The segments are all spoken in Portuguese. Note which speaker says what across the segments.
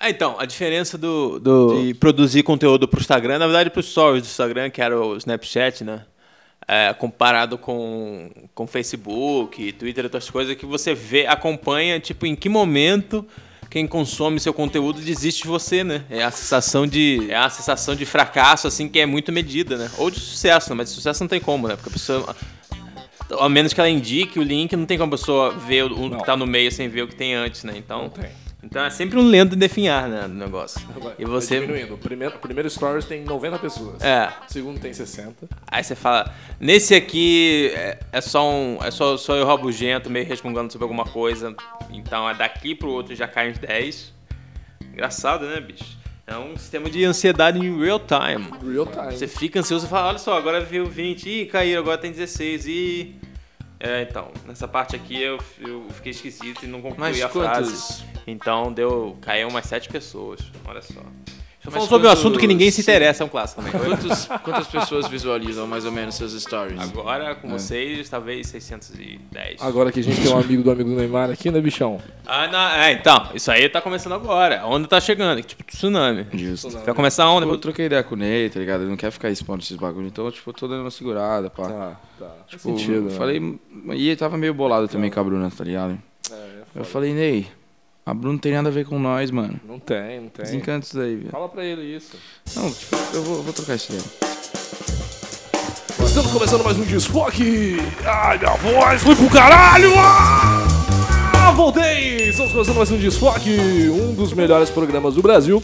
Speaker 1: Ah, então, a diferença do, do- de produzir conteúdo pro Instagram, na verdade pro Stories do Instagram, que era o Snapchat, né? É, comparado com, com Facebook, Twitter, outras coisas, que você vê, acompanha, tipo, em que momento quem consome seu conteúdo desiste de você, né? É a sensação de. É a sensação de fracasso, assim, que é muito medida, né? Ou de sucesso, né? Mas de sucesso não tem como, né? Porque a pessoa. A menos que ela indique o link, não tem como a pessoa ver o o que
Speaker 2: Não.
Speaker 1: tá no meio sem ver o que tem antes, né? Então.
Speaker 2: Não tem.
Speaker 1: Então é sempre um lento definhar, né, do negócio.
Speaker 2: Vai-
Speaker 1: E
Speaker 2: vai
Speaker 1: você.
Speaker 2: Diminuindo. O primeiro, o primeiro Stories tem 90 pessoas.
Speaker 1: É.
Speaker 2: O segundo tem 60.
Speaker 1: Aí você fala, nesse aqui é, é só um. É só, só eu rabugento, meio resmungando sobre alguma coisa. Então é daqui pro outro já cai uns 10. Engraçado, né, bicho? É um sistema de ansiedade em real time.
Speaker 2: Real time.
Speaker 1: Você fica ansioso e fala, olha só, agora viu 20, ih, caiu, agora tem 16, e. É, então, nessa parte aqui eu, eu fiquei esquisito e não concluí
Speaker 3: Mas
Speaker 1: a
Speaker 3: quantos-
Speaker 1: frase. Então deu. caiu umas 7 pessoas, olha só. Só
Speaker 3: Mas
Speaker 1: falando sobre um
Speaker 3: quantos-
Speaker 1: assunto que ninguém se interessa, é um clássico também.
Speaker 3: Quantos- quantas pessoas visualizam mais ou menos seus stories?
Speaker 1: Agora, com vocês, talvez 610.
Speaker 2: Agora que a gente tem um amigo do amigo do Neymar aqui, né, bichão?
Speaker 1: Ah, não, é, então, isso aí tá começando agora. A onda tá chegando, é tipo tsunami.
Speaker 3: Justo.
Speaker 1: Vai começar a onda.
Speaker 3: Eu troquei ideia com o Ney, tá ligado? Ele não quer ficar expondo esses bagulho, então eu, tipo, tô dando uma segurada, pá.
Speaker 1: Ah,
Speaker 2: tá. Faz
Speaker 3: Tipo,
Speaker 2: sentido.
Speaker 3: eu
Speaker 2: né?
Speaker 3: Falei, e ele tava meio bolado também com a Bruna, tá ligado?
Speaker 2: É,
Speaker 3: eu falei, Ney, a Bruna não tem nada a ver com nós, mano.
Speaker 2: Não tem, não tem.
Speaker 3: Desencanta isso daí, velho.
Speaker 2: Fala pra ele isso.
Speaker 3: Não, tipo, eu vou, vou trocar isso daí.
Speaker 2: Estamos começando mais um Desfoque! Ai, minha voz foi pro caralho! Ah, voltei! Estamos começando mais um Desfoque, um dos melhores programas do Brasil,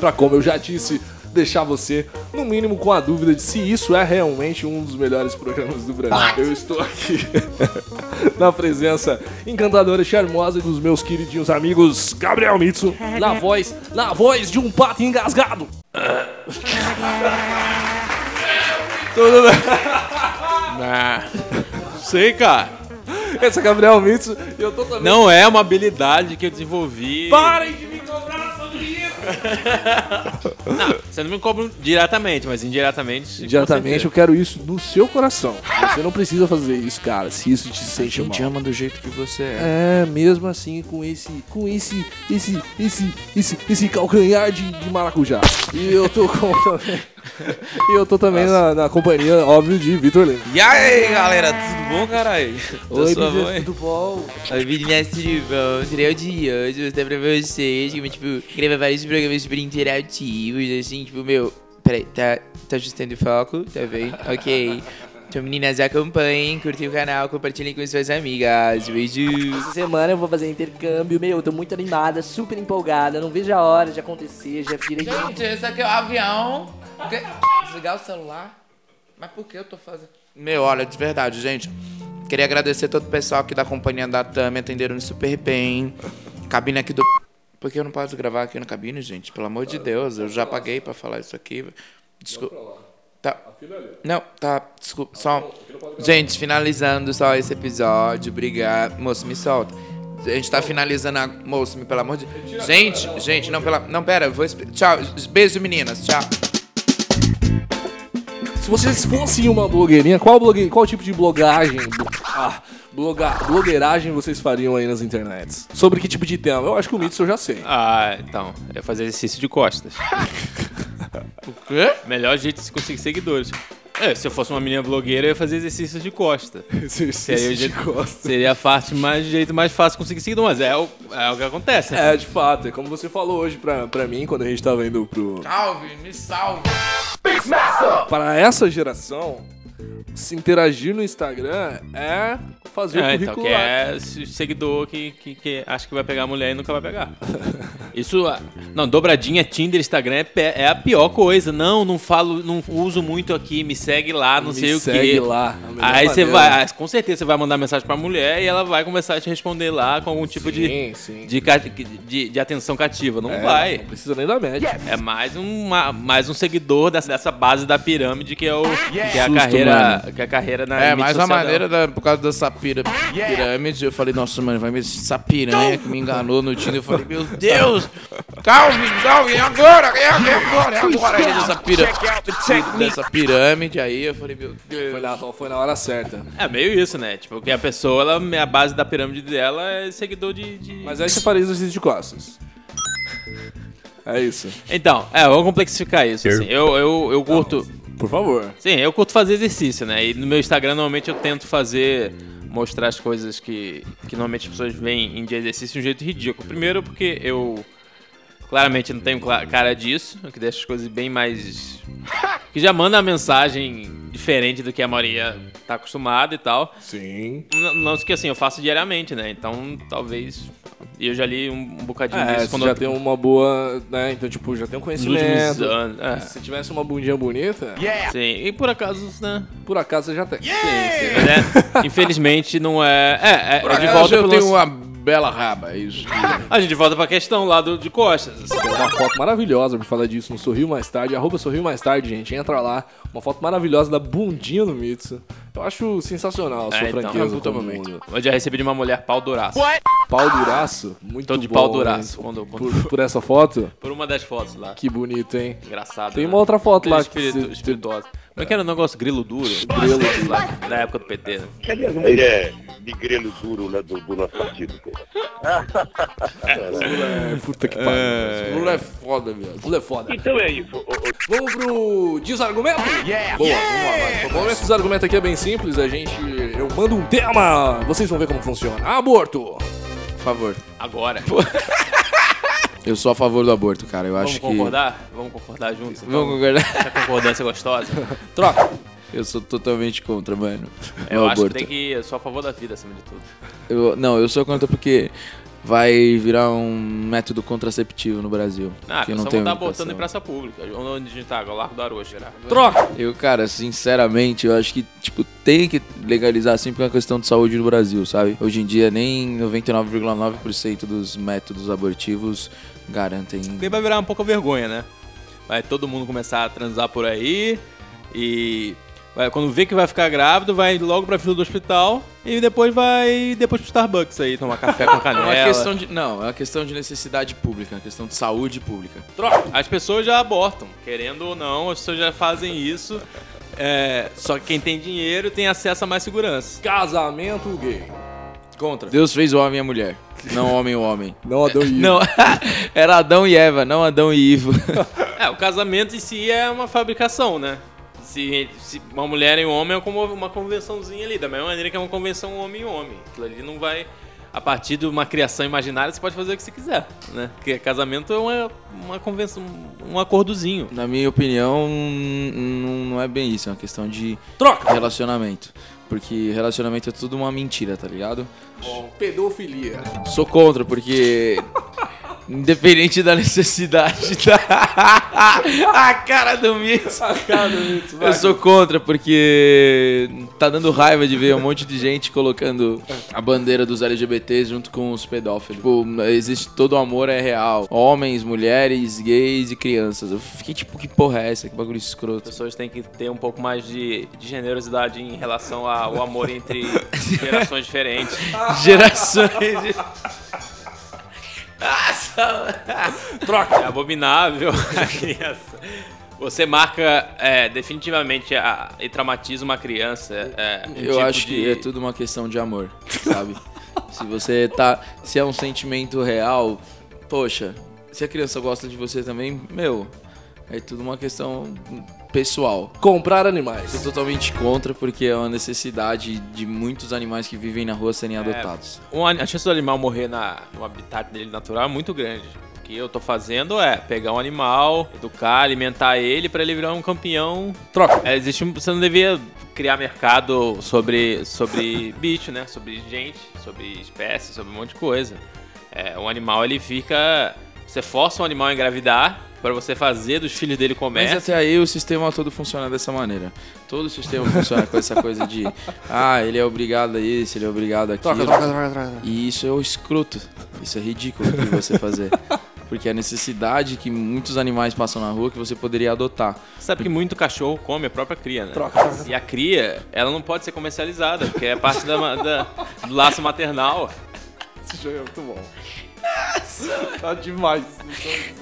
Speaker 2: pra como eu já disse, deixar você, no mínimo, com a dúvida de se isso é realmente um dos melhores programas do Brasil. Eu estou aqui na presença encantadora e charmosa dos meus queridinhos amigos Gabriel Mitsu, na voz, na voz de um pato engasgado. Tudo bem?
Speaker 1: Sei, cara.
Speaker 2: Esse é Gabriel Mitsu e eu tô também
Speaker 1: Não é uma habilidade que eu desenvolvi.
Speaker 2: Parem de me cobrar sobre isso!
Speaker 1: Você não me cobra diretamente, mas indiretamente.
Speaker 2: Diretamente, eu quero isso no seu coração. Você não precisa fazer isso, cara, se isso te sente mal.
Speaker 3: ama do jeito que você
Speaker 2: É, mesmo assim, com esse, com esse, esse, esse, esse, esse calcanhar de, de maracujá. E eu tô com também. E eu tô também na, na companhia, óbvio, de Vitor Lima.
Speaker 4: E aí, galera, tudo bom, caralho?
Speaker 2: Oi,
Speaker 4: sua
Speaker 2: Bibi,
Speaker 4: mãe?
Speaker 2: tudo bom?
Speaker 4: Oi, meninas, tudo bom? Tirei o de hoje, mostrei pra vocês, como, tipo, gravar vários programas super interativos, assim, tipo, meu... Peraí, tá, tá ajustando o foco, tá bem? Ok. Então, meninas, acompanhem, curtem o canal, compartilhem com suas amigas. Beijos!
Speaker 5: Essa semana eu vou fazer intercâmbio, meu, eu tô muito animada, super empolgada, não vejo a hora de acontecer, já virei...
Speaker 4: Gente, esse aqui é o avião. Que- Desligar o celular? Mas por que eu tô fazendo? Meu, olha, de verdade, gente. Queria agradecer todo o pessoal tá aqui da companhia da TAM, me atenderam super bem. Cabine aqui do. Por que eu não posso gravar aqui na cabine, gente? Pelo amor de Deus, eu já paguei pra falar isso aqui. Desculpa. Tá. Não, tá, desculpa, só. Gente, finalizando só esse episódio, obrigado. Moço, me solta. A gente tá finalizando a. Moço, me, pelo amor de. Gente, gente, não, pela. Não, pera, eu vou. expli- Tchau, beijo, meninas, tchau.
Speaker 2: Se vocês fossem uma blogueirinha, qual, blogue... qual tipo de blogagem? Ah, bloga... blogueiragem vocês fariam aí nas internets? Sobre que tipo de tema? Eu acho que o Mitsu eu já sei.
Speaker 1: Ah, então. Eu ia fazer exercício de costas.
Speaker 4: O quê?
Speaker 1: Melhor jeito de se conseguir seguidores. É, se eu fosse uma menina blogueira, eu ia fazer exercício de costa. Seria, o jeito- seria a parte mais jeito mais fácil de conseguir seguidor, mas é o, é o que acontece. né?
Speaker 2: É, de fato, é como você falou hoje pra, pra mim, quando a gente tava indo pro.
Speaker 4: Salve, me salve.
Speaker 2: Para essa geração, se interagir no Instagram é fazer
Speaker 1: É,
Speaker 2: o
Speaker 1: então,
Speaker 2: currículo.
Speaker 1: que é esse seguidor que, que, que acha que vai pegar a mulher e nunca vai pegar. Isso, ah, não, dobradinha, Tinder, Instagram é, pe- é a pior coisa. Não, não falo, não uso muito aqui, me segue lá, não sei o quê.
Speaker 2: Segue lá. a melhor
Speaker 1: Aí você
Speaker 2: maneira.
Speaker 1: vai, ah, com certeza você vai mandar mensagem pra mulher e ela vai começar a te responder lá com algum tipo de,
Speaker 2: Sim, sim.
Speaker 1: de, ca- de, de atenção cativa. Não
Speaker 2: É,
Speaker 1: vai.
Speaker 2: Não precisa nem da média.
Speaker 1: É mais um, ma- mais um seguidor dessa, dessa base da pirâmide que é, o, que é a
Speaker 3: Susto,
Speaker 1: carreira, que é a carreira na
Speaker 3: É,
Speaker 1: mídia
Speaker 3: mais uma
Speaker 1: social.
Speaker 3: maneira, da- por causa dessa pira- pirâmide, eu falei, nossa, mano, vai me essa piranha que me enganou no Tinder. Eu falei, meu Deus! Calvin, Calvin, é agora, é agora, é agora. Aí Essa pira- dessa pirâmide aí, eu falei, meu
Speaker 2: Foi
Speaker 3: Deus.
Speaker 2: na, foi na hora certa.
Speaker 1: É meio isso, né? Tipo, que a pessoa, ela, a base da pirâmide dela é seguidor de. de-
Speaker 2: Mas aí você faria exercício de costas. É isso.
Speaker 1: Então, é, vamos complexificar isso. assim. Eu, eu, eu curto.
Speaker 2: Por favor.
Speaker 1: Sim, eu curto fazer exercício, né? E no meu Instagram normalmente eu tento fazer. mostrar as coisas que, que normalmente as pessoas veem em de exercício de um jeito ridículo. Primeiro porque eu. Claramente não tenho cla- cara disso, o que deixa as coisas bem mais. que já manda a mensagem diferente do que a maioria tá acostumada e tal.
Speaker 2: Sim.
Speaker 1: Não, não que assim, eu faço diariamente, né? Então talvez. E eu já li um, um bocadinho
Speaker 2: É,
Speaker 1: disso
Speaker 2: você
Speaker 1: quando
Speaker 2: já
Speaker 1: eu-
Speaker 2: tem uma boa, né? Então, tipo, já tem um
Speaker 1: nos últimos
Speaker 2: conhecimento.
Speaker 1: anos. É.
Speaker 2: Se tivesse uma bundinha bonita,
Speaker 1: Sim, e por acaso, né?
Speaker 2: por acaso você já tem.
Speaker 1: Sim, sim. Mas, né, Infelizmente não é. É, é, é de
Speaker 3: Hoje
Speaker 1: volta
Speaker 3: eu
Speaker 1: pro
Speaker 3: tenho
Speaker 1: lance...
Speaker 3: uma bela raba, é isso.
Speaker 1: A gente volta pra questão lá do, de costas. assim.
Speaker 2: Tem uma foto maravilhosa pra falar disso no Sorriu Mais Tarde, arroba Sorriu Mais Tarde, gente. Entra lá. Uma foto maravilhosa da bundinha do Mitsu. Eu acho sensacional a sua
Speaker 1: É, então,
Speaker 2: franqueza.
Speaker 1: é um puta
Speaker 2: como
Speaker 1: momento. Eu já recebi de uma mulher pau duraço.
Speaker 2: Pau duraço. Muito
Speaker 1: Tô de
Speaker 2: bom,
Speaker 1: pau duraço
Speaker 2: hein?
Speaker 1: quando- quando-
Speaker 2: Por, por essa foto.
Speaker 1: Por uma das fotos lá.
Speaker 2: Que bonito, hein?
Speaker 1: Engraçado.
Speaker 2: Tem
Speaker 1: né?
Speaker 2: uma outra foto lá que
Speaker 1: Espiritu,
Speaker 2: você-
Speaker 1: espirituosa. Como é que era o negócio? Grilo duro? Grilo duro lá. Da época do PT, né?
Speaker 6: Ele é de grelo duro né, do, do nosso partido. Cara.
Speaker 2: É, puta que pariu.
Speaker 3: Lula é foda, viado.
Speaker 2: Tudo é foda.
Speaker 6: Então é isso. ô, ô,
Speaker 2: Vamos pro desargumento?
Speaker 3: Boa, vamos lá, vai.
Speaker 2: Bom, esse desargumento aqui é bem simples. A gente. Eu mando um tema. Vocês vão ver como funciona. Aborto!
Speaker 3: Por favor.
Speaker 1: Agora.
Speaker 3: Eu sou a favor do aborto, cara. Eu
Speaker 1: Vamos
Speaker 3: acho que.
Speaker 1: concordar? Vamos concordar juntos? Então?
Speaker 3: Vamos concordar.
Speaker 1: Essa concordância gostosa.
Speaker 2: Troca!
Speaker 3: Eu sou totalmente contra, mano. É
Speaker 1: Eu
Speaker 3: o
Speaker 1: acho que
Speaker 3: aborto.
Speaker 1: tem que ir. Eu sou a favor da vida acima de tudo.
Speaker 3: Eu- não, eu sou contra porque vai virar um método contraceptivo no Brasil.
Speaker 1: Ah,
Speaker 3: que
Speaker 1: eu
Speaker 3: não
Speaker 1: só
Speaker 3: tem
Speaker 1: vou estar
Speaker 3: orientação.
Speaker 1: botando em praça pública. Onde a gente tá? agora? Largo do Arojo, será?
Speaker 2: Troca!
Speaker 3: Eu, cara, sinceramente, eu acho que, tipo, tem que legalizar assim porque é uma questão de saúde no Brasil, sabe? Hoje em dia, nem 99,9% dos métodos abortivos garantem.
Speaker 1: Porque vai virar um pouco vergonha, né? Vai todo mundo começar a transar por aí e vai- quando vê que vai ficar grávido, vai logo pra fila do hospital e depois vai depois pro Starbucks aí tomar café com
Speaker 3: É
Speaker 1: canela.
Speaker 3: uma questão de. Não, é uma questão de necessidade pública, é uma questão de saúde pública.
Speaker 1: As pessoas já abortam, querendo ou não, as pessoas já fazem isso. É, só que quem tem dinheiro tem acesso a mais segurança.
Speaker 2: Casamento gay.
Speaker 1: Contra.
Speaker 3: Deus fez o homem e a mulher, não o homem e o homem.
Speaker 2: Não adoro isso.
Speaker 3: Não, era Adão e Eva, não Adão e Ivo.
Speaker 1: É, o casamento em si é uma fabricação, né? Se, se uma mulher e um homem é como uma convençãozinha ali, da mesma maneira que é uma convenção homem e homem. Aquilo ali não vai. A partir de uma criação imaginária, você pode fazer o que você quiser, né? Porque casamento é uma, uma convenção, um acordozinho.
Speaker 3: Na minha opinião, n- n- não é bem isso, é uma questão de
Speaker 2: Troca!
Speaker 3: relacionamento. Porque relacionamento é tudo uma mentira, tá ligado?
Speaker 2: Pedofilia.
Speaker 3: Sou contra, porque. Independente da necessidade da. a cara do Mitz. Eu sou contra, porque. Tá dando raiva de ver um monte de gente colocando a bandeira dos LGBTs junto com os pedófilos. Tipo, existe todo o amor é real. Homens, mulheres, gays e crianças. Eu fiquei tipo, que porra é essa? Que bagulho
Speaker 1: As
Speaker 3: escroto.
Speaker 1: pessoas têm que ter um pouco mais de, de generosidade em relação ao amor entre gerações diferentes.
Speaker 3: Gerações de.
Speaker 1: É abominável a criança. Você marca é, definitivamente a- e traumatiza uma criança. é, um
Speaker 3: Eu
Speaker 1: tipo
Speaker 3: acho que
Speaker 1: de-
Speaker 3: é tudo uma questão de amor, sabe? se você tá. Se é um sentimento real, poxa, se a criança gosta de você também, meu, é tudo uma questão pessoal.
Speaker 2: Comprar
Speaker 3: Sou
Speaker 2: animais.
Speaker 3: totalmente contra porque é uma necessidade de muitos animais que vivem na rua serem adotados.
Speaker 1: Um ani- a chance do animal morrer na, no habitat dele natural é muito grande. O que eu tô fazendo é pegar um animal, educar, alimentar ele pra ele virar um campeão.
Speaker 2: Troca.
Speaker 1: É, existe um- você não devia criar mercado sobre, sobre bicho, né? Sobre gente, sobre espécie, sobre um monte de coisa. É, um animal, ele fica... Você força um animal a engravidar pra você fazer dos filhos dele
Speaker 3: Mas
Speaker 2: é-
Speaker 1: comércio.
Speaker 3: até aí o sistema todo funciona dessa maneira. Todo o sistema funciona com essa coisa de ah, ele é obrigado a isso, ele é obrigado a aquilo.
Speaker 2: Troca, troca, troca, troca.
Speaker 3: E isso é o escroto. Isso é ridículo de você fazer. Porque é a necessidade que muitos animais passam na rua que você poderia adotar.
Speaker 1: Sabe que muito cachorro come a própria cria, né?
Speaker 2: Troca, troca.
Speaker 1: E a cria, ela não pode ser comercializada, porque é parte da, ma- da- do laço maternal.
Speaker 2: Esse jogo é muito bom. Tá demais.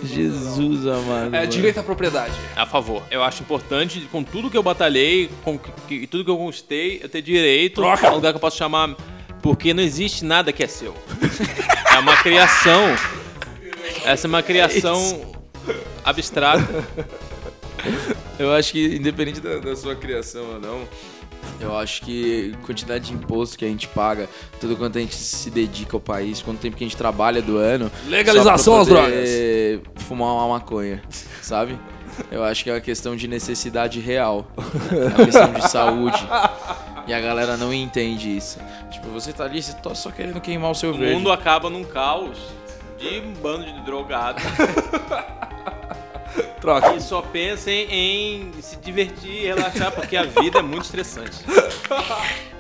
Speaker 3: Jesus amado.
Speaker 2: É direito à propriedade.
Speaker 1: A favor. Eu acho importante, com tudo que eu batalhei, com que- que- tudo que eu conquistei, eu ter direito a um lugar que eu posso chamar. Porque não existe nada que é seu. É uma criação. Essa é uma criação
Speaker 3: É
Speaker 1: abstrata.
Speaker 3: Eu acho que, independente da, da sua criação ou não, eu acho que quantidade de imposto que a gente paga, tudo quanto a gente se dedica ao país, quanto tempo que a gente trabalha do ano.
Speaker 2: Legalização
Speaker 3: só
Speaker 2: às
Speaker 3: pra poder Fumar uma maconha, sabe? Eu acho que é uma questão de necessidade real. É uma questão de saúde. E a galera não entende isso. Tipo, você tá ali, você tá só querendo queimar o seu
Speaker 1: O
Speaker 3: verde.
Speaker 1: mundo acaba num caos de um bando de drogados
Speaker 2: Troca.
Speaker 1: que só pensa em, em se divertir e relaxar, porque a vida é muito estressante.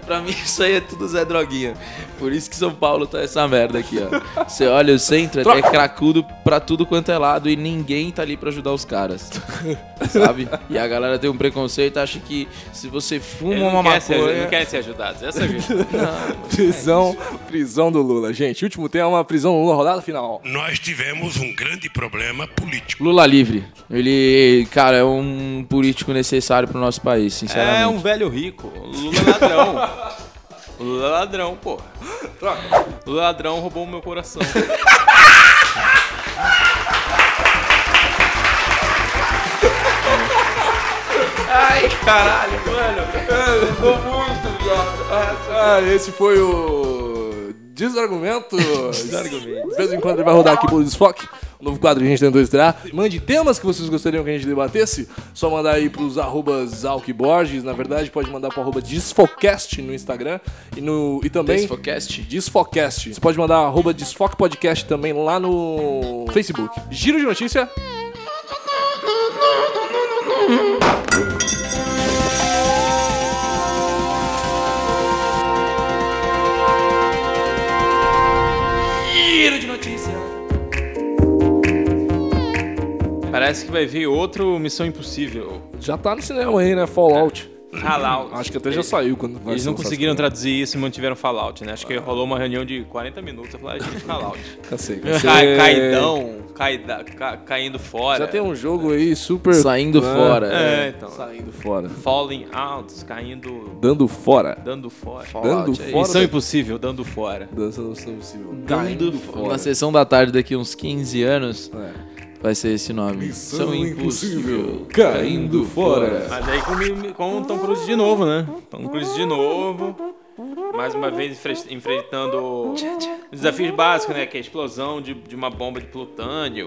Speaker 3: Pra mim isso aí é tudo Zé Droguinha. Por isso que São Paulo tá essa merda aqui, ó. Você olha o centro, é cracudo pra tudo quanto é lado e ninguém tá ali pra ajudar os caras. Sabe? E a galera tem um preconceito, acha que se você
Speaker 1: Eles
Speaker 3: fuma
Speaker 1: não
Speaker 3: uma
Speaker 1: querem ser, eles não
Speaker 3: maconha...
Speaker 1: querem ser ajudados. Essa é a vida.
Speaker 2: Prisão, prisão do Lula. Gente, último tema, prisão do Lula, rodada final.
Speaker 7: Nós tivemos um grande problema político.
Speaker 3: Lula livre. Ele, cara, é um político necessário pro nosso país, sinceramente.
Speaker 1: É um velho rico. O Lula é ladrão. O Lula é ladrão, porra. O Lula é ladrão roubou o meu coração.
Speaker 2: Ah, esse foi o Desargumento. Desargumento. De vez em quando ele vai rodar aqui pelo Desfoque. O novo quadro que a gente tentou estrear. Mande temas que vocês gostariam que a gente debatesse. Só mandar aí pros arrobas Alquiborges. Na verdade, pode mandar pro arroba Desfocast no Instagram. E, no, e também...
Speaker 3: Desfocast?
Speaker 2: Desfocast. Você pode mandar arroba Desfoque Podcast também lá no Facebook. Giro de notícia.
Speaker 1: Parece que vai vir outro Missão Impossível.
Speaker 2: Já tá no cinema aí, né? Fallout.
Speaker 1: Halal.
Speaker 2: Acho que até já saiu quando vai
Speaker 1: Eles
Speaker 2: ser
Speaker 1: não
Speaker 2: lançado.
Speaker 1: conseguiram traduzir isso e mantiveram Fallout, né? Acho que rolou uma reunião de 40 minutos e falaram, gente, Fallout.
Speaker 2: Cansei,
Speaker 1: Cai,
Speaker 2: cansei.
Speaker 1: caidão, caida, ca- caindo fora.
Speaker 2: Já tem um jogo aí super.
Speaker 3: Saindo
Speaker 2: né?
Speaker 3: fora.
Speaker 1: É, então.
Speaker 2: Saindo fora.
Speaker 1: Falling out, caindo,
Speaker 2: Dando fora.
Speaker 1: dando fora.
Speaker 2: Dando
Speaker 3: Fallout, é
Speaker 2: fora.
Speaker 1: Missão impossível, dando fora.
Speaker 2: Dança não são possível.
Speaker 3: Dando fora. Na sessão da tarde daqui uns 15 anos...
Speaker 2: É.
Speaker 3: Vai ser esse nome.
Speaker 2: Missão
Speaker 3: São
Speaker 2: impossível, caindo fora.
Speaker 1: Mas aí com, com o Tom Cruise de novo, né? Tom Cruise de novo. Mais uma vez enfre- enfrentando desafios básicos, né? Que é a explosão de, de uma bomba de plutânio.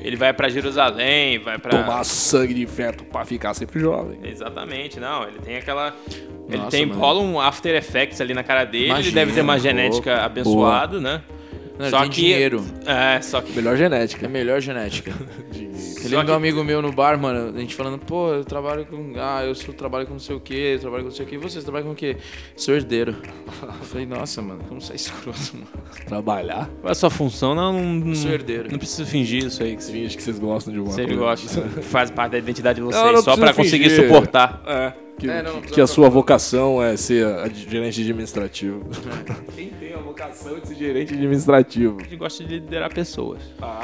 Speaker 1: Ele vai pra Jerusalém, vai pra.
Speaker 2: Tomar sangue de feto pra ficar sempre jovem.
Speaker 1: Exatamente, não. Ele tem aquela. Ele
Speaker 3: Nossa,
Speaker 1: tem
Speaker 3: mano.
Speaker 1: rola um After Effects ali na cara dele. ele
Speaker 3: Imagina,
Speaker 1: deve ter uma
Speaker 3: boa,
Speaker 1: genética
Speaker 3: boa.
Speaker 1: abençoada, né?
Speaker 3: Não, ele tem dinheiro.
Speaker 1: É, só que.
Speaker 2: Melhor
Speaker 3: É
Speaker 2: genética.
Speaker 3: melhor genética. Eu
Speaker 1: Só
Speaker 3: lembro
Speaker 1: que-
Speaker 3: de um amigo meu no bar, mano, a gente falando, pô, eu trabalho com. Ah, eu sou, trabalho com não sei o quê, eu trabalho com não sei o quê. E vocês trabalham com o quê? Sou herdeiro. Eu falei, nossa, mano, como você é escroto, mano.
Speaker 2: Trabalhar.
Speaker 1: Qual é a sua função? Não, não,
Speaker 3: Sou herdeiro.
Speaker 1: não preciso fingir isso aí que você.
Speaker 2: Finge que vocês gostam de uma
Speaker 1: Você
Speaker 2: coisa.
Speaker 1: gosta, faz parte da identidade de vocês,
Speaker 2: Não, não
Speaker 1: só
Speaker 2: precisa
Speaker 1: pra conseguir
Speaker 2: fingir.
Speaker 1: suportar.
Speaker 2: É. Que,
Speaker 3: É, não,
Speaker 2: que
Speaker 3: precisa
Speaker 2: a sua vocação é ser a- a de gerente administrativo.
Speaker 3: É.
Speaker 2: Quem tem a vocação de ser gerente administrativo?
Speaker 1: A gente gosta de liderar pessoas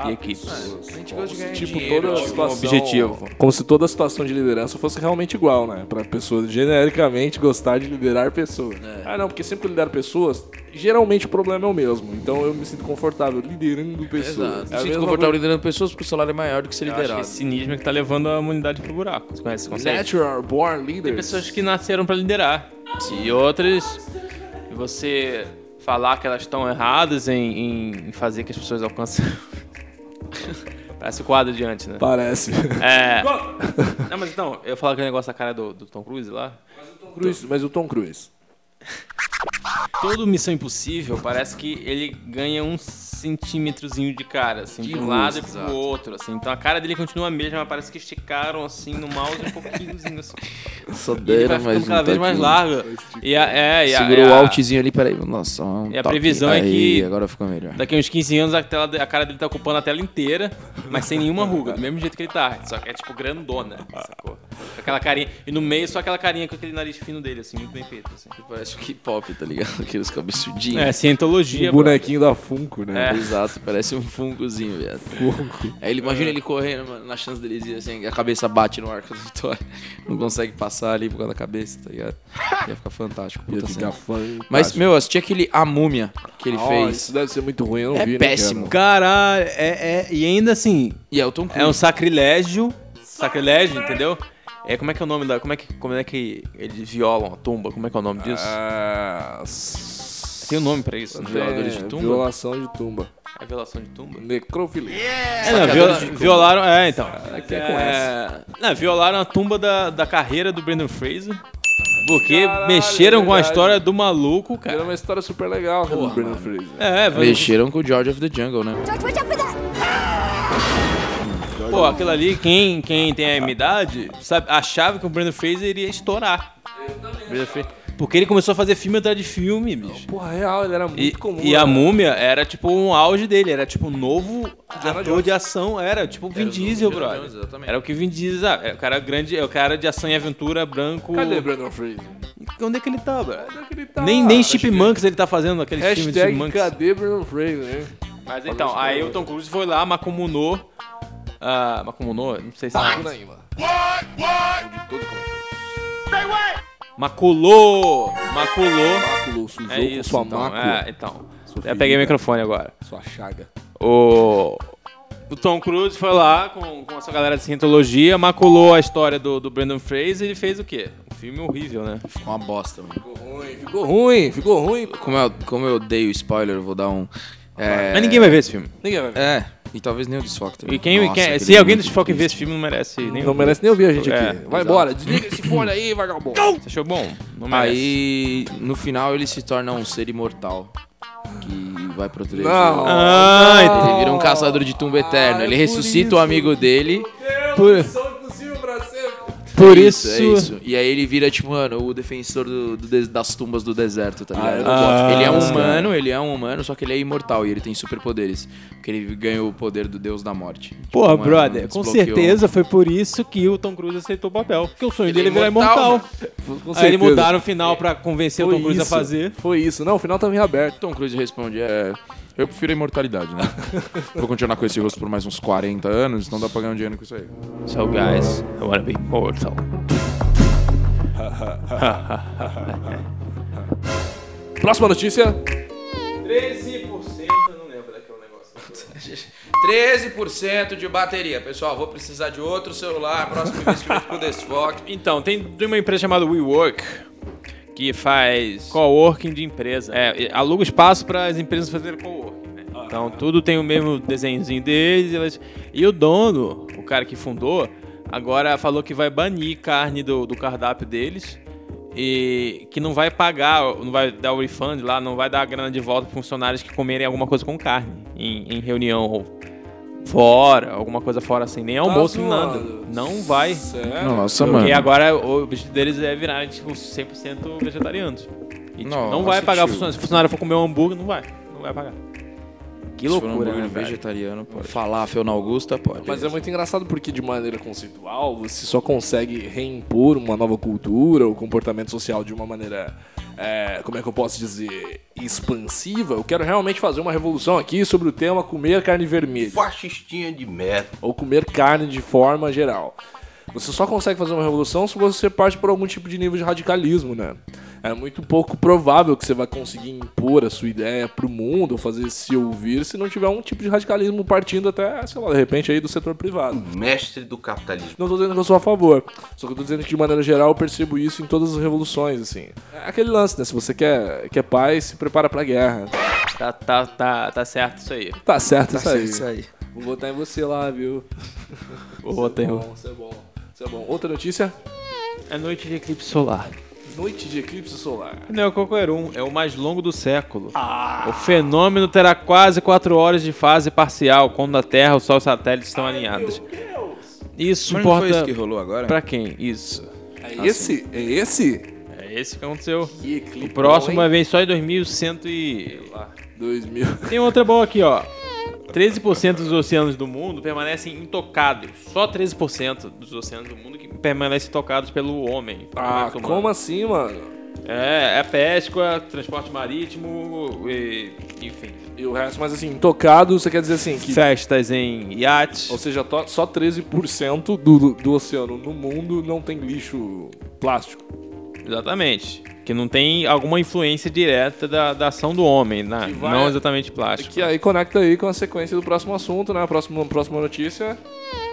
Speaker 1: e equipes.
Speaker 3: A gente gosta de ganhar
Speaker 2: Tipo,
Speaker 3: dinheiro.
Speaker 2: toda a
Speaker 3: tipo,
Speaker 2: situação.
Speaker 1: objetivo.
Speaker 2: Como se toda a situação de liderança fosse realmente igual, né? Pra pessoa genericamente gostar de liderar pessoas. Ah, não, porque sempre que eu lidero pessoas, geralmente o problema é o mesmo. Então eu me sinto confortável liderando pessoas.
Speaker 3: Exato.
Speaker 2: É a
Speaker 3: Eu sinto
Speaker 2: mesma
Speaker 3: confortável liderando pessoas porque o salário é maior do que ser
Speaker 1: Eu acho que
Speaker 3: liderado.
Speaker 1: esse cinismo é que tá levando a humanidade pro buraco. Você conhece esse
Speaker 2: coisa.
Speaker 1: conceito?
Speaker 2: Natural born leaders.
Speaker 1: Tem pessoas que nasceram pra liderar. E outras, você falar que elas estão erradas em, em fazer que as pessoas alcancem. Parece o quadro de antes, né?
Speaker 2: Parece.
Speaker 1: É. Não, mas então, eu falar aquele negócio da cara do, do Tom Cruise lá.
Speaker 2: Cruz, mas o Tom Cruise.
Speaker 1: Todo Missão Impossível parece que ele ganha um centímetrozinho de cara, assim, de um lado e pro outro, assim. Então a cara dele continua a mesma, mas parece que esticaram, assim, no mouse um pouquinhozinho, assim.
Speaker 3: Só
Speaker 1: Ele vai ficando cada vez mais larga. E a, é, e a,
Speaker 3: Segurou
Speaker 1: e
Speaker 3: um o
Speaker 1: a-
Speaker 3: altzinho ali, peraí. Nossa, um
Speaker 1: E a
Speaker 3: toque.
Speaker 1: previsão é
Speaker 3: Aí,
Speaker 1: que-
Speaker 3: Agora ficou melhor.
Speaker 1: Daqui a uns 15 anos a, tela, a cara dele tá ocupando a tela inteira, mas sem nenhuma ruga, do mesmo jeito que ele tá. Só que é tipo grandona, sacou? Com aquela carinha. E no meio, só aquela carinha com aquele nariz fino dele, assim, muito bem feito. Assim.
Speaker 8: Parece o K-pop, tá ligado? Aqueles cabeçudinhos.
Speaker 1: É, cientologia.
Speaker 2: Um bonequinho da Funko, né?
Speaker 1: É.
Speaker 8: Exato, parece um fungozinho, viado. Aí ele imagina ele correndo, mano, na chance deles ir assim, a cabeça bate no arco da vitória. Não consegue passar ali por causa da cabeça, tá ligado? Ia ficar fantástico,
Speaker 2: Ia
Speaker 8: puta
Speaker 2: ficar
Speaker 8: cena.
Speaker 2: fantástico.
Speaker 8: Mas, meu, assisti aquele A Múmia que ele
Speaker 2: Ah,
Speaker 8: fez.
Speaker 2: Isso deve ser muito ruim, eu não
Speaker 8: É
Speaker 2: vi, né,
Speaker 8: péssimo.
Speaker 2: cara?
Speaker 1: Caralho, é, é- E ainda assim,
Speaker 8: E é o Tom Cruise.
Speaker 1: é um sacrilégio. Sacrilégio, entendeu? É, como é que é o nome da. Como é que, como é que eles violam a tumba? Como é que é o nome disso?
Speaker 2: Ah,
Speaker 1: Tem um nome pra isso, né?
Speaker 8: Violadores de
Speaker 2: é,
Speaker 8: tumba?
Speaker 2: Violação de tumba.
Speaker 1: É violação de tumba?
Speaker 2: Necrofilia.
Speaker 1: É, não, viola- violaram. É, então. É, não, violaram a tumba da, da carreira do Brandon Fraser. Porque
Speaker 2: Caralho,
Speaker 1: mexeram com a
Speaker 2: verdade.
Speaker 1: história do maluco,
Speaker 2: Era
Speaker 1: cara.
Speaker 2: uma história super legal, cara, do Brandon Fraser.
Speaker 1: É, é, vai-
Speaker 8: Mexeram com o George of the Jungle, né?
Speaker 1: Pô, aquilo ali, quem, quem tem a minha idade, sabe, achava que o Brandon Fraser iria estourar. Brandon Fraser- Porque ele começou a fazer filme atrás de filme, bicho.
Speaker 2: Porra, real, ele era muito
Speaker 1: E,
Speaker 2: comum.
Speaker 1: e
Speaker 2: né?
Speaker 1: a múmia era tipo um auge dele, era tipo um novo ator
Speaker 2: Jones.
Speaker 1: de ação, era tipo o Vin Diesel, brother. era o que o Vin Diesel, ah, era o cara grande, é o cara de ação e aventura branco.
Speaker 2: Cadê o Brandon Fraser?
Speaker 1: Onde é que ele tá, brother?
Speaker 2: Ele tá-
Speaker 1: Nem, nem Chipmunks ele tá fazendo aquele filme de
Speaker 2: Hashtag
Speaker 1: Chipmunks.
Speaker 2: cadê Brandon Fraser, né?
Speaker 1: Mas então, aí o Tom Cruise foi lá, macumunou. ah, macumunou? Não sei
Speaker 2: Tá,
Speaker 1: se é.
Speaker 2: Naíma.
Speaker 1: Maculou! Maculou.
Speaker 2: Máculo, sujou
Speaker 1: É
Speaker 2: com
Speaker 1: isso.
Speaker 2: sua
Speaker 1: então.
Speaker 2: mácula,
Speaker 1: É, então.
Speaker 2: Sua
Speaker 1: Eu peguei
Speaker 2: ferida.
Speaker 1: o microfone agora.
Speaker 2: sua chaga.
Speaker 1: O. O Tom Cruise foi lá com, com essa galera de cientologia, maculou a história do, do Brandon Fraser e fez o quê? Um filme horrível, né?
Speaker 8: Ficou É uma bosta, mano.
Speaker 2: Ficou ruim, ficou ruim.
Speaker 8: Como eu, como eu odeio spoiler, eu vou dar um. É.
Speaker 1: Mas ninguém vai ver esse filme.
Speaker 2: Ninguém vai ver.
Speaker 8: É, e talvez nem o desfoque também.
Speaker 1: E quem,
Speaker 8: Nossa,
Speaker 1: quem-
Speaker 8: aquele
Speaker 1: se alguém do
Speaker 8: muito
Speaker 1: Chifoque ver
Speaker 8: triste.
Speaker 1: esse filme, não merece nem.
Speaker 2: Não merece nem ouvir a gente
Speaker 1: É,
Speaker 2: aqui. Vai embora, desliga esse fone aí, vagabundo.
Speaker 1: Você achou bom? Não merece.
Speaker 8: Aí, no final, ele se torna um ser imortal. Que vai proteger.
Speaker 2: Não.
Speaker 1: Ah, entendi.
Speaker 8: Ele vira um caçador de tumba eterno.
Speaker 2: é
Speaker 8: ele
Speaker 2: por
Speaker 8: ressuscita
Speaker 2: isso.
Speaker 8: o amigo dele.
Speaker 1: Por
Speaker 8: É
Speaker 1: isso.
Speaker 8: É isso. E aí ele vira, tipo, mano, o defensor do- do des- das tumbas do deserto,
Speaker 1: Ah,
Speaker 8: tá ligado?
Speaker 2: eu
Speaker 8: ele é um humano, ele é um humano, só que ele é imortal e ele tem superpoderes. Porque ele ganhou o poder do deus da morte.
Speaker 1: Porra,
Speaker 8: Então, é,
Speaker 1: brother, com
Speaker 8: desbloqueou.
Speaker 1: certeza foi por isso que o Tom Cruise aceitou o papel. Porque o sonho
Speaker 8: Ele é
Speaker 1: dele era virar
Speaker 8: imortal,
Speaker 1: imortal.
Speaker 2: Com
Speaker 1: Aí
Speaker 2: certeza.
Speaker 1: ele mudaram o final pra convencer o
Speaker 2: Foi
Speaker 1: Tom Cruise a
Speaker 2: isso,
Speaker 1: fazer.
Speaker 2: Foi isso. Não, o final tava em aberto.
Speaker 8: Tom Cruise responde, é... Eu prefiro a imortalidade, né? Vou continuar com esse rosto por mais uns 40 anos, então dá pra ganhar um dinheiro com isso aí.
Speaker 1: So guys, I wanna be mortal.
Speaker 2: Próxima notícia.
Speaker 4: 13% de bateria. Pessoal, vou precisar de outro celular. Próximo investimento pro desfoque.
Speaker 1: Então, tem de uma empresa chamada WeWork que faz coworking de empresa. É, e aluga espaço para as empresas fazerem coworking, né? Então, tudo tem o mesmo desenhozinho deles. e elas- E o dono, o cara que fundou, agora falou que vai banir carne do, do cardápio deles e que não vai pagar, não vai dar o refund lá, não vai dar a grana de volta para funcionários que comerem alguma coisa com carne em, em reunião ou fora, alguma coisa fora assim, nem almoço, nem nada.
Speaker 2: zoando.
Speaker 1: Não vai.
Speaker 2: Sério?
Speaker 8: Nossa,
Speaker 1: Porque agora o objetivo deles é virar, tipo, 100% vegetarianos. E, tipo, não
Speaker 8: Nossa,
Speaker 1: vai pagar o
Speaker 8: tio.
Speaker 1: funcionário. Se o funcionário for comer um hambúrguer, não vai. Não vai pagar. Que loucura, né, velho?
Speaker 8: um vegetariano, pode. Falafel na Augusta, pode.
Speaker 2: Mas é muito engraçado porque, de maneira conceitual, você só consegue reimpor uma nova cultura ou comportamento social de uma maneira, é, como é que eu posso dizer, expansiva. Eu quero realmente fazer uma revolução aqui sobre o tema comer carne vermelha.
Speaker 7: Fascistinha de merda.
Speaker 2: ou comer carne de forma geral. Você só consegue fazer uma revolução se você parte por algum tipo de nível de radicalismo, né? É muito pouco provável que você vai conseguir impor a sua ideia pro mundo ou fazer se ouvir se não tiver um tipo de radicalismo partindo até, sei lá, de repente aí do setor privado.
Speaker 7: Mestre do capitalismo.
Speaker 2: Não tô dizendo que eu sou a favor, só que eu tô dizendo que de maneira geral eu percebo isso em todas as revoluções, assim. É aquele lance, né? Se você quer, quer paz, se prepara pra guerra.
Speaker 1: Tá, tá, tá, tá certo isso aí.
Speaker 2: Tá certo isso aí.
Speaker 8: aí.
Speaker 2: Vou votar em você lá, viu?
Speaker 1: Outra
Speaker 2: Bom, isso é bom. Isso é bom. Outra notícia?
Speaker 1: É noite de eclipse solar.
Speaker 2: Noite de eclipse solar.
Speaker 1: Não é o Cocoerum, é o mais longo do século. O fenômeno terá quase 4 horas de fase parcial, quando a Terra, o Sol e os satélites estão alinhados. Isso
Speaker 8: Mas não foi isso
Speaker 1: importa
Speaker 8: que rolou né? agora?
Speaker 1: pra quem? Isso.
Speaker 2: É esse? É esse?
Speaker 1: É esse que aconteceu.
Speaker 2: Que eclipse.
Speaker 1: O próximo vem só em 2100 e...
Speaker 2: 2000.
Speaker 1: Tem outra boa aqui, ó. 13% dos oceanos do mundo permanecem intocados. Só 13% dos oceanos do mundo que permanecem tocados pelo homem. pelo
Speaker 2: Ah,
Speaker 1: ser humano.
Speaker 2: como assim, mano?
Speaker 1: É, é pesca, transporte marítimo, e, enfim.
Speaker 2: E o resto, mas assim, tocado, você quer dizer assim, que
Speaker 1: Festas em iates.
Speaker 2: Ou seja, to- só 13% do, do, do oceano no mundo não tem lixo plástico.
Speaker 1: Exatamente. Que não tem alguma influência direta da, da ação do homem, na-
Speaker 2: Que vai-
Speaker 1: não exatamente plástico.
Speaker 2: Que aí conecta aí com a sequência do próximo assunto, né? A próxima, próxima notícia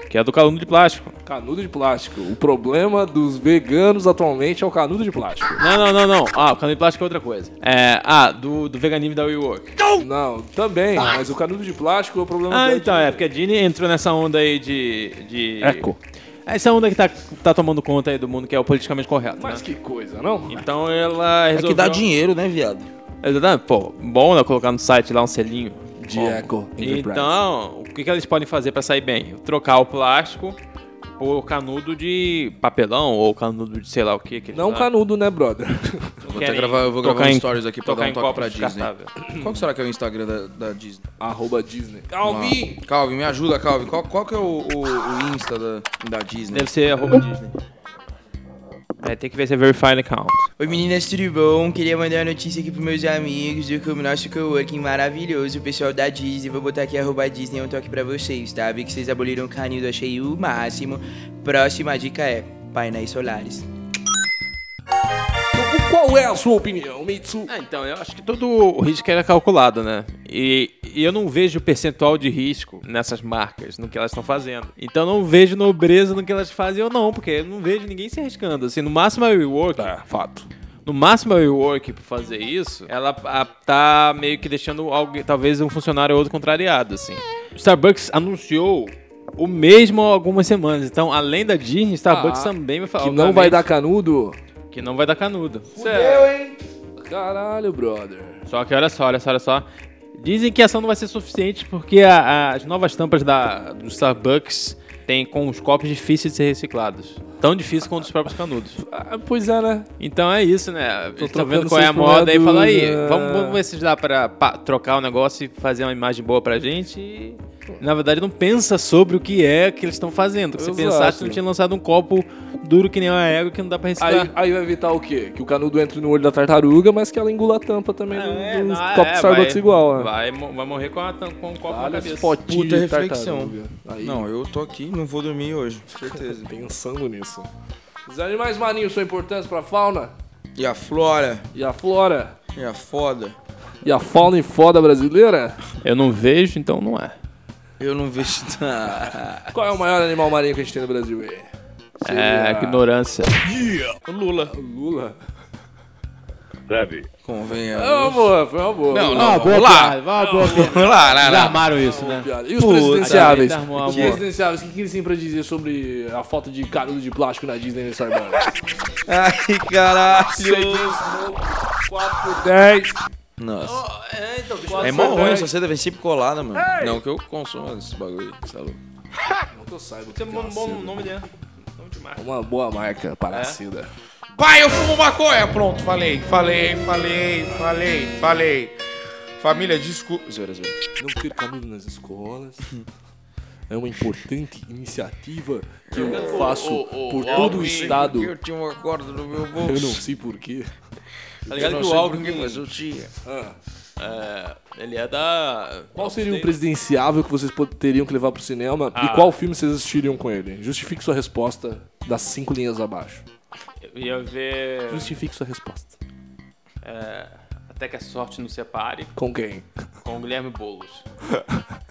Speaker 1: Que é do caluno de plástico.
Speaker 2: é canudo de plástico. O problema dos veganos atualmente é o canudo de plástico.
Speaker 1: Não, não, não, não. Ah, o caluno de plástico é outra coisa. É, ah, do, do veganismo da WeWork.
Speaker 2: Não, também, mas o canudo de plástico é o problema
Speaker 1: Ah,
Speaker 2: da-
Speaker 1: então,
Speaker 3: né?
Speaker 1: é, porque a Disney entrou nessa onda aí de. de...
Speaker 2: Eco.
Speaker 1: Essa onda que tá, tá tomando conta aí do mundo, que é o politicamente correto.
Speaker 2: Mas
Speaker 1: né?
Speaker 2: que coisa, não?
Speaker 1: Então ela
Speaker 3: É
Speaker 1: resolveu.
Speaker 3: que dá dinheiro, né, viado?
Speaker 1: Exatamente. Pô, bom né, colocar no site lá um selinho.
Speaker 2: De
Speaker 1: Bom.
Speaker 2: eco.
Speaker 1: Então, o que, que eles podem fazer pra sair bem? Trocar o plástico por canudo de papelão ou canudo de sei lá o que. que eles
Speaker 2: Não
Speaker 1: lá
Speaker 2: canudo, né, brother?
Speaker 1: querem
Speaker 3: Vou até gravar, eu vou
Speaker 1: tocar
Speaker 3: gravar um
Speaker 1: em-
Speaker 3: stories aqui pra
Speaker 1: tocar
Speaker 3: dar um
Speaker 1: em
Speaker 3: toque
Speaker 1: copo
Speaker 3: pra Disney.
Speaker 1: descartável.
Speaker 3: Qual que será que é o Instagram da, da Disney?
Speaker 2: Arroba Disney.
Speaker 3: Calvin! Calvin, me ajuda, Calvin. Qual, qual que é o, o- o Insta da, da Disney?
Speaker 1: Deve ser arroba Disney. É, tem que ver se é verified account.
Speaker 9: Oi meninas, tudo bom? Queria mandar uma notícia aqui pros meus amigos do que o nosso coworking maravilhoso, o pessoal da Disney. Vou botar aqui arroba Disney um toque pra vocês, tá? Vi que vocês aboliram o canudo, achei o máximo. Próxima dica é painéis solares.
Speaker 2: Então, qual é a sua opinião, Mitsu?
Speaker 1: Ah, então, eu acho que todo o risco era calculado, né? E, e eu não vejo percentual de risco nessas marcas, no que elas estão fazendo. Então eu não vejo nobreza no que elas fazem ou não, porque eu não vejo ninguém se arriscando. Assim, no máximo é o rework.
Speaker 2: É, fato.
Speaker 1: No máximo a WeWork pra fazer isso, ela ah, tá meio que deixando alguém, talvez um funcionário ou outro contrariado, assim. O Starbucks anunciou o mesmo há algumas semanas. Então, além da Disney, Starbucks
Speaker 2: Ah,
Speaker 1: também vai falar.
Speaker 2: Que não vai dar
Speaker 1: obviamente,
Speaker 2: canudo?
Speaker 1: Que não vai dar canudo.
Speaker 2: Caralho, brother.
Speaker 1: Só que olha só, olha só, olha só. Dizem que a ação não vai ser suficiente porque a- as novas tampas da, do Starbucks têm com os copos difíceis de ser reciclados. Tão difícil quanto os próprios canudos.
Speaker 2: Ah, pois é, né?
Speaker 1: Então é isso, né?
Speaker 2: Tô
Speaker 1: Tô vendo
Speaker 2: trocando
Speaker 1: qual é a
Speaker 2: seis
Speaker 1: moda e fala aí,
Speaker 2: produtos, é.
Speaker 1: vamos, vamos ver se dá pra pa- trocar o negócio e fazer uma imagem boa pra gente. E, na verdade, não pensa sobre o que é que eles estão fazendo. Se
Speaker 2: Exato.
Speaker 1: pensasse, não tinha lançado um copo duro que nem uma égua que não dá pra
Speaker 2: Aí, um
Speaker 1: reciclar.
Speaker 2: aí vai evitar o quê? Que o canudo entre no olho da tartaruga, mas que ela engula a tampa também do,
Speaker 1: É,
Speaker 2: do
Speaker 1: não, é,
Speaker 2: copo Starbucks
Speaker 1: vai-
Speaker 2: igual, né?
Speaker 1: Vai, mo- vai morrer com, a tam- com um copo na
Speaker 2: Olha
Speaker 1: cabeça.
Speaker 2: potinho
Speaker 3: Puta
Speaker 2: de
Speaker 3: reflexão.
Speaker 2: tartaruga. Aí,
Speaker 3: Não, eu tô aqui, não vou dormir hoje, certeza.
Speaker 2: pensando nisso. Os animais marinhos são importantes pra fauna
Speaker 3: E a Flora?
Speaker 2: e a flora.
Speaker 3: E a foda?
Speaker 2: E a fauna e foda brasileira?
Speaker 1: Eu não vejo, então não é.
Speaker 3: Eu não vejo nada.
Speaker 2: Qual é o maior animal marinho que a gente tem no Brasil? aí?
Speaker 1: É, ignorância.
Speaker 2: Lula. Lula?
Speaker 6: Sabe?
Speaker 2: É uma
Speaker 3: Convenhamos.
Speaker 2: boa, foi uma boa.
Speaker 3: Não,
Speaker 1: Ah,
Speaker 2: Lula.
Speaker 3: não, vamos lá. Vamos lá, lá, lá.
Speaker 1: Armaram isso, né?
Speaker 2: Piada. E os presidenciáveis?
Speaker 1: Ainda bem, tá bom,
Speaker 2: Os
Speaker 1: amor.
Speaker 2: presidenciáveis, o que que eles têm pra dizer sobre a falta de canudo de plástico na Disney e Starbucks?
Speaker 3: Ai, caralho.
Speaker 2: 4 por 10.
Speaker 3: Nossa.
Speaker 2: É
Speaker 8: então,
Speaker 3: É mó ruim essa seda, vem sempre colada, mano. Não que eu consuma esse bagulho, aí, tá louco?
Speaker 2: Eu saiba o que é
Speaker 1: Um
Speaker 2: uma
Speaker 1: bom
Speaker 2: seda.
Speaker 1: nome É? dele.
Speaker 2: Uma boa marca para a seda.
Speaker 4: Pai, eu fumo maconha! Pronto, falei, falei, falei, falei, falei. Família, desculpa. Zero, zero.
Speaker 2: Não ter canudo nas escolas. É uma importante iniciativa que eu faço por todo o estado.
Speaker 3: Eu tinha uma corda no meu bolso.
Speaker 2: Eu não sei porquê.
Speaker 1: Tá
Speaker 3: Eu
Speaker 1: ligado
Speaker 3: não
Speaker 1: que o
Speaker 3: sei
Speaker 1: Alvin, um Ah.
Speaker 3: porquê, mas eu tinha.
Speaker 1: é, ele é da...
Speaker 2: Qual seria o presidenciável que vocês pod- teriam que levar pro cinema?
Speaker 1: Ah.
Speaker 2: E qual filme vocês assistiriam com ele? Justifique sua resposta das cinco linhas abaixo.
Speaker 1: Eu ia ver...
Speaker 2: Justifique sua resposta.
Speaker 1: é, Até que a sorte nos separe.
Speaker 2: Com quem?
Speaker 1: com o Guilherme Boulos.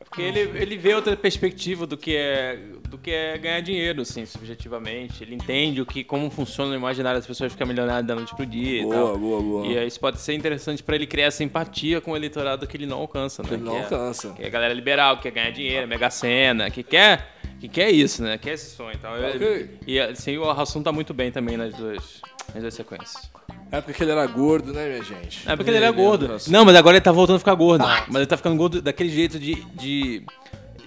Speaker 1: Porque ele, ele vê outra perspectiva do que é do que é ganhar dinheiro, assim, subjetivamente. Ele entende o que como funciona o imaginário das pessoas ficar milionárias da noite pro dia e
Speaker 2: Boa,
Speaker 1: tal.
Speaker 2: boa, boa.
Speaker 1: E aí isso pode ser interessante pra ele criar essa empatia com o eleitorado que ele não alcança, né?
Speaker 2: Ele não
Speaker 1: Que é-
Speaker 2: alcança.
Speaker 1: Que é a galera liberal, que quer ganhar dinheiro, mega sena, que quer, que quer isso, né? Quer esse sonho. Então, eu-
Speaker 2: Ok.
Speaker 1: E assim, o assunto tá muito bem também nas duas, nas duas sequências.
Speaker 2: É porque ele era gordo, né, minha gente?
Speaker 1: É porque ele era gordo. Não, mas agora ele tá voltando a ficar gordo. Mas ele tá ficando gordo daquele jeito de. de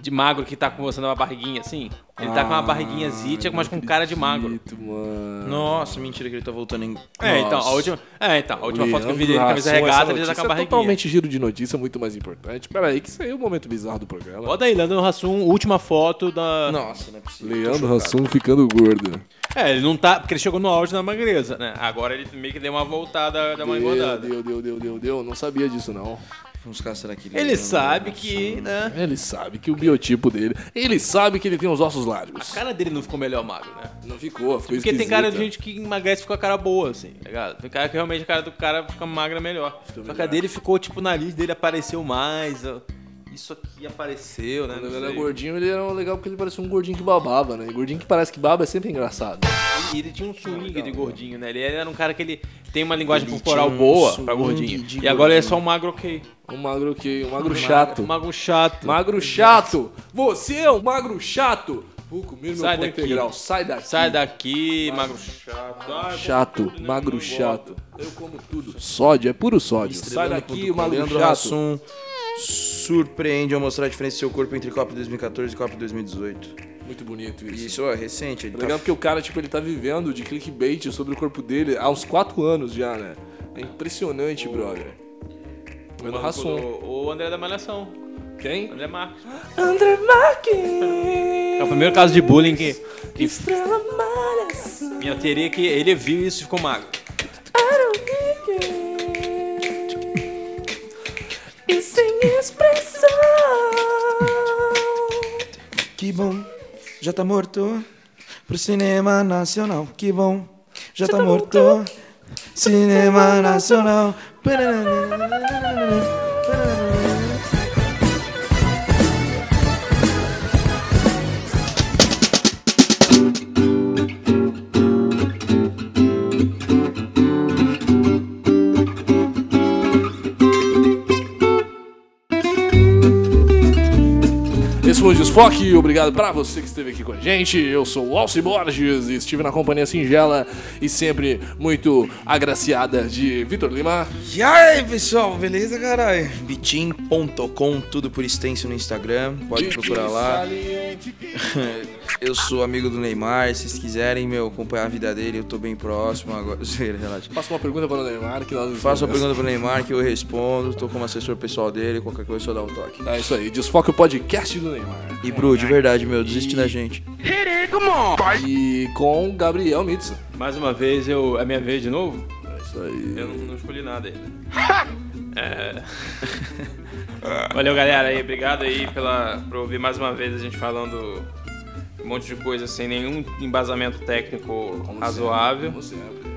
Speaker 1: de magro que tá com você numa barriguinha assim? Ele tá com uma barriguinha zítica, mas com cara de magro.
Speaker 2: Muito, mano.
Speaker 8: Nossa, mentira que ele tá voltando em.
Speaker 1: É, então, a
Speaker 8: Nossa.
Speaker 1: última, é, então, a última foto que eu vi
Speaker 2: Leandro
Speaker 1: dele, camisa
Speaker 2: Hassum,
Speaker 1: regata,
Speaker 2: essa
Speaker 1: ele tá com a
Speaker 2: notícia é
Speaker 1: barriguinha.
Speaker 2: totalmente giro de notícia, muito mais importante. Pera aí, que saiu o momento bizarro do programa.
Speaker 1: Bota aí, Leandro Hassum, última foto da...
Speaker 8: Nossa, não é possível.
Speaker 2: Leandro Hassum ficando gordo.
Speaker 1: É, ele não tá... Porque ele chegou no auge da magreza, né? Agora ele meio que deu uma voltada, deu uma engordada.
Speaker 2: Deu, deu, deu, deu, deu. Não sabia disso, não.
Speaker 8: Vamos caçar aqui.
Speaker 1: Ele sabe que, né?
Speaker 2: Ele sabe que o biotipo dele... Ele sabe que ele tem os ossos largos.
Speaker 1: A cara dele não ficou melhor magro, né?
Speaker 2: Não ficou, né? ficou
Speaker 1: Porque tem
Speaker 2: esquisita.
Speaker 1: cara de gente que emagrece e fica com a cara boa, assim, tá ligado? Tem cara que realmente a cara do cara fica magra melhor. Só que a dele ficou, tipo, o nariz dele apareceu mais. ó. Isso aqui apareceu, né?
Speaker 2: Quando
Speaker 1: Não
Speaker 2: ele era
Speaker 1: sei.
Speaker 2: gordinho, ele era legal porque ele parecia um gordinho que babava, né? E gordinho que parece que baba é sempre engraçado.
Speaker 1: E ele tinha um
Speaker 2: é
Speaker 1: swing de gordinho, né? Ele era um cara que ele tem uma linguagem corporal boa pra gordinho. E agora ele é só um magro ok.
Speaker 2: Um magro que... Um magro chato.
Speaker 1: Um magro chato.
Speaker 2: Magro chato! Você é um magro chato! Vou comer meu
Speaker 1: Sai
Speaker 2: pão
Speaker 1: daqui.
Speaker 2: integral. Sai daqui.
Speaker 1: Sai daqui, magro chato. Ah, eu como
Speaker 2: Chato,
Speaker 1: tudo, né?
Speaker 2: magro
Speaker 1: Não
Speaker 2: chato.
Speaker 1: gosto.
Speaker 2: Eu como tudo. Sódio, é puro sódio. Sai daqui, magro
Speaker 8: Leandro
Speaker 2: chato.
Speaker 8: Hassum surpreende ao mostrar a diferença do seu corpo entre Copa 2014 e Copa 2018.
Speaker 2: Muito bonito
Speaker 8: E
Speaker 2: isso.
Speaker 8: Isso é recente, ele
Speaker 2: É
Speaker 8: tá
Speaker 2: Legal porque o cara, tipo, ele tá vivendo de clickbait sobre o corpo dele há uns 4 anos já, né? É impressionante, brother. Leandro
Speaker 1: Maluco
Speaker 2: Hassum.
Speaker 1: do- O André da Malhação.
Speaker 2: Quem?
Speaker 1: André Marques.
Speaker 2: André Marques!
Speaker 1: É o primeiro caso de bullying que, que
Speaker 2: Estrela malhação.
Speaker 1: Minha teoria é que ele viu isso e ficou magro.
Speaker 2: E sem expressão.
Speaker 3: Que bom, já tá morto pro cinema nacional. Que bom, já, tá, morto. Cinema nacional.
Speaker 2: Esse foi o Desfoque. Obrigado pra você que esteve aqui com a gente. Eu sou o Alci Borges e estive na companhia singela e sempre muito agraciada de Vitor Lima.
Speaker 3: E aí, pessoal, beleza, caralho? Bitim.com, tudo por extenso no Instagram. Pode procurar
Speaker 2: é
Speaker 3: lá. Eu sou amigo do Neymar, se vocês quiserem, meu, acompanhar a vida dele, eu tô bem próximo agora. Zoeira, Relaxa.
Speaker 2: Faça uma pergunta para o Neymar que nós
Speaker 3: Faça uma pergunta pro Neymar que eu respondo. Tô como assessor pessoal dele, qualquer coisa só dá um toque.
Speaker 2: É isso aí. Desfoque o podcast do Neymar.
Speaker 3: E, Bru, de verdade, meu, desiste da gente.
Speaker 2: E com Gabriel Mitsu.
Speaker 1: Mais uma vez, eu. É minha vez de novo?
Speaker 2: É isso aí.
Speaker 1: Eu não, não escolhi nada ainda. É. Valeu, galera. Aí, obrigado aí pela, por ouvir mais uma vez a gente falando um monte de coisa sem nenhum embasamento técnico razoável. É,
Speaker 2: Como sempre.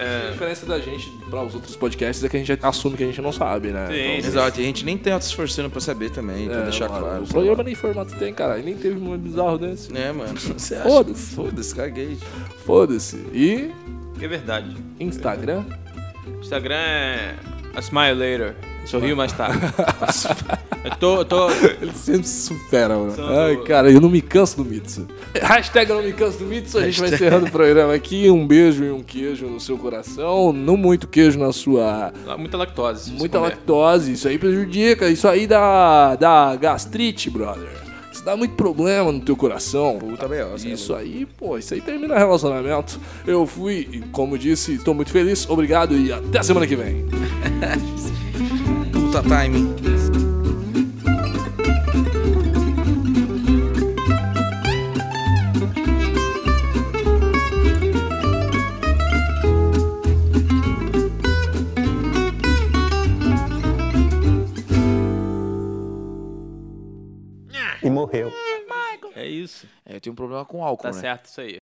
Speaker 2: A diferença da gente para os outros podcasts é que a gente assume que a gente não sabe, né?
Speaker 1: Sim.
Speaker 2: Então,
Speaker 3: Exato, e a gente nem tá se esforçando pra saber também, pra
Speaker 2: é,
Speaker 3: deixar
Speaker 2: mano,
Speaker 3: claro.
Speaker 2: O programa nem formato tem, cara. E nem teve um bizarro desse.
Speaker 3: É, mano, você acha?
Speaker 2: Foda-se.
Speaker 3: Foda-se, caguei.
Speaker 2: Foda-se. E
Speaker 1: É verdade.
Speaker 2: Instagram.
Speaker 1: Instagram é. A smile later. Sorriu mais tarde. eu tô. Eu tô
Speaker 2: Ele sempre se supera, mano.
Speaker 1: Só
Speaker 2: Ai,
Speaker 1: do-
Speaker 2: cara, eu não me canso do Mitsu. Hashtag eu não me canso do Mitsu, a gente vai encerrando o programa aqui. Um beijo e um queijo no seu coração. Não muito queijo na sua.
Speaker 1: muita lactose. se
Speaker 2: Muita
Speaker 1: comer.
Speaker 2: lactose, isso aí prejudica, isso aí dá, dá gastrite, brother. Isso dá muito problema no teu coração.
Speaker 3: Puta beosa.
Speaker 2: Isso aí, pô, isso aí termina relacionamento. Eu fui, e como disse, estou muito feliz, obrigado e até semana que vem.
Speaker 3: Puta timing.
Speaker 1: É isso.
Speaker 8: É, eu tenho um problema com álcool,
Speaker 1: Tá
Speaker 8: né?
Speaker 1: É
Speaker 3: É, um
Speaker 1: Tá
Speaker 3: né?
Speaker 2: é?
Speaker 1: certo isso aí.